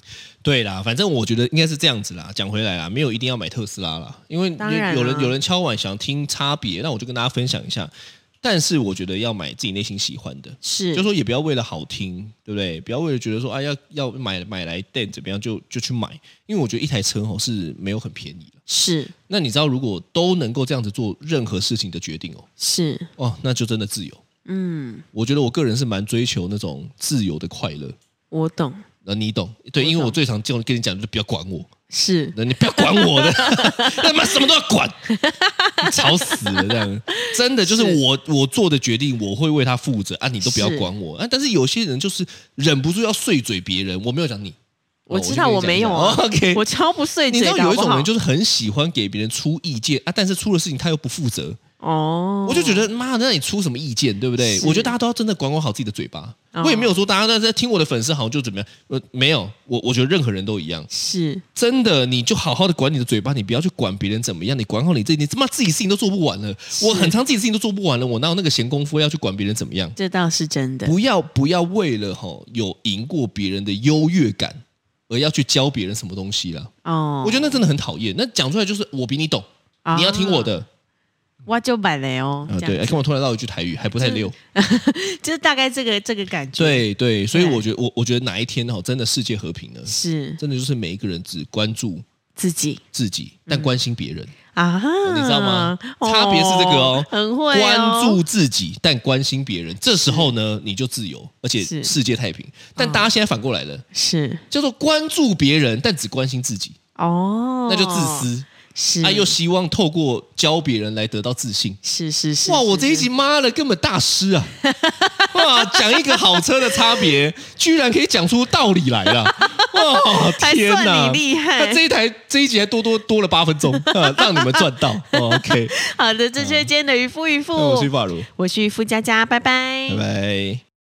C: 对啦，反正我觉得应该是这样子啦。讲回来啦，没有一定要买特斯拉啦，因为
B: 当然啊
C: 有有人有人敲碗想听差别，那我就跟大家分享一下。但是我觉得要买自己内心喜欢的，
B: 是
C: 就说也不要为了好听，对不对？不要为了觉得说啊要要买买来电怎么样就就去买，因为我觉得一台车哦是没有很便宜的。
B: 是
C: 那你知道如果都能够这样子做任何事情的决定哦，
B: 是，
C: 哦那就真的自由。
B: 嗯，
C: 我觉得我个人是蛮追求那种自由的快乐，
B: 我懂，
C: 呃你懂？对，
B: 我
C: 因为我
B: 懂
C: 最常就跟你讲就是不要管我。
B: 是
C: 那你不要管我的， *laughs* 他妈什么都要管，你吵死了这样。真的就是
B: 是
C: 我我做的决定，我会为他负责啊，你都不要
B: 是
C: 管我啊。但是有些人就是忍不住要碎嘴别人，我没有讲你，
B: 我
C: 哦
B: 知道我没有啊
C: 我就跟你讲一
B: *laughs*
C: 下哦 OK，
B: 我超不碎
C: 你
B: 嘴
C: 知
B: 的，
C: 道有一
B: 好
C: 种
B: 不好
C: 人就是很喜欢给别人出意见啊，但是出了事情他又不负责，
B: 哦，
C: 我就觉得妈的，那你出什么意见，对不对？
B: 是
C: 我觉得大家都要真的管管好自己的嘴巴。
B: 哦
C: 我也没有说大家在在听我的粉丝好像就怎么样，呃，没有，我我觉得任何人都一样，
B: 是
C: 真的，你就好好的管你的嘴巴，你不要去管别人怎么样，你管好你自己，你他妈自己事情都做不完了。我很长自己事情都做不完了，我哪有那个闲工夫要去管别人怎么样？
B: 这倒是真的，
C: 不要不要为了哈、有赢过别人的优越感而要去教别人什么东西啦。
B: 哦，
C: 我觉得那真的很讨厌。那讲出来就是我比你懂，
B: 得
C: 你要听我，的
B: 我就买了哦，
C: 啊。
B: 这样
C: 对，哎，干嘛突然绕一句台语，还不太溜？
B: *laughs* 就是大概这个这个感觉，，
C: 对对，所以
B: 对
C: 我觉得我我觉得哪一天哈、真的世界和平呢？
B: 是
C: 真的就是每一个人只关注
B: 自己
C: 自己，但关心别人。
B: 啊，
C: 哦你知道吗差别是这个哦
B: 很会嗯哦
C: 关注自己，但关心别人。这时候呢，你就自由，而且
B: 是哦
C: 世界太平。但大家现在反过来了，
B: 是
C: 叫做关注别人，但只关心自己，
B: 哦，
C: 那就自私。
B: 是，
C: 啊，又希望透过教别人来得到自信。
B: 是是是，
C: 哇，
B: 是
C: 我这一集妈的根本大师
B: *laughs*
C: 啊！哇，讲一个好车的差别，居然可以讲出道理来了。哇，
B: 还
C: 天
B: 算
C: 哪！
B: 你厉害
C: 那这一台这一集还多多多了八分钟，啊让你们赚到。
B: *laughs*
C: 哦 OK，嗯
B: 好的，这就是今天的渔夫渔夫，
C: 那我是法如，
B: 我是渔夫佳佳，拜拜
C: 拜拜。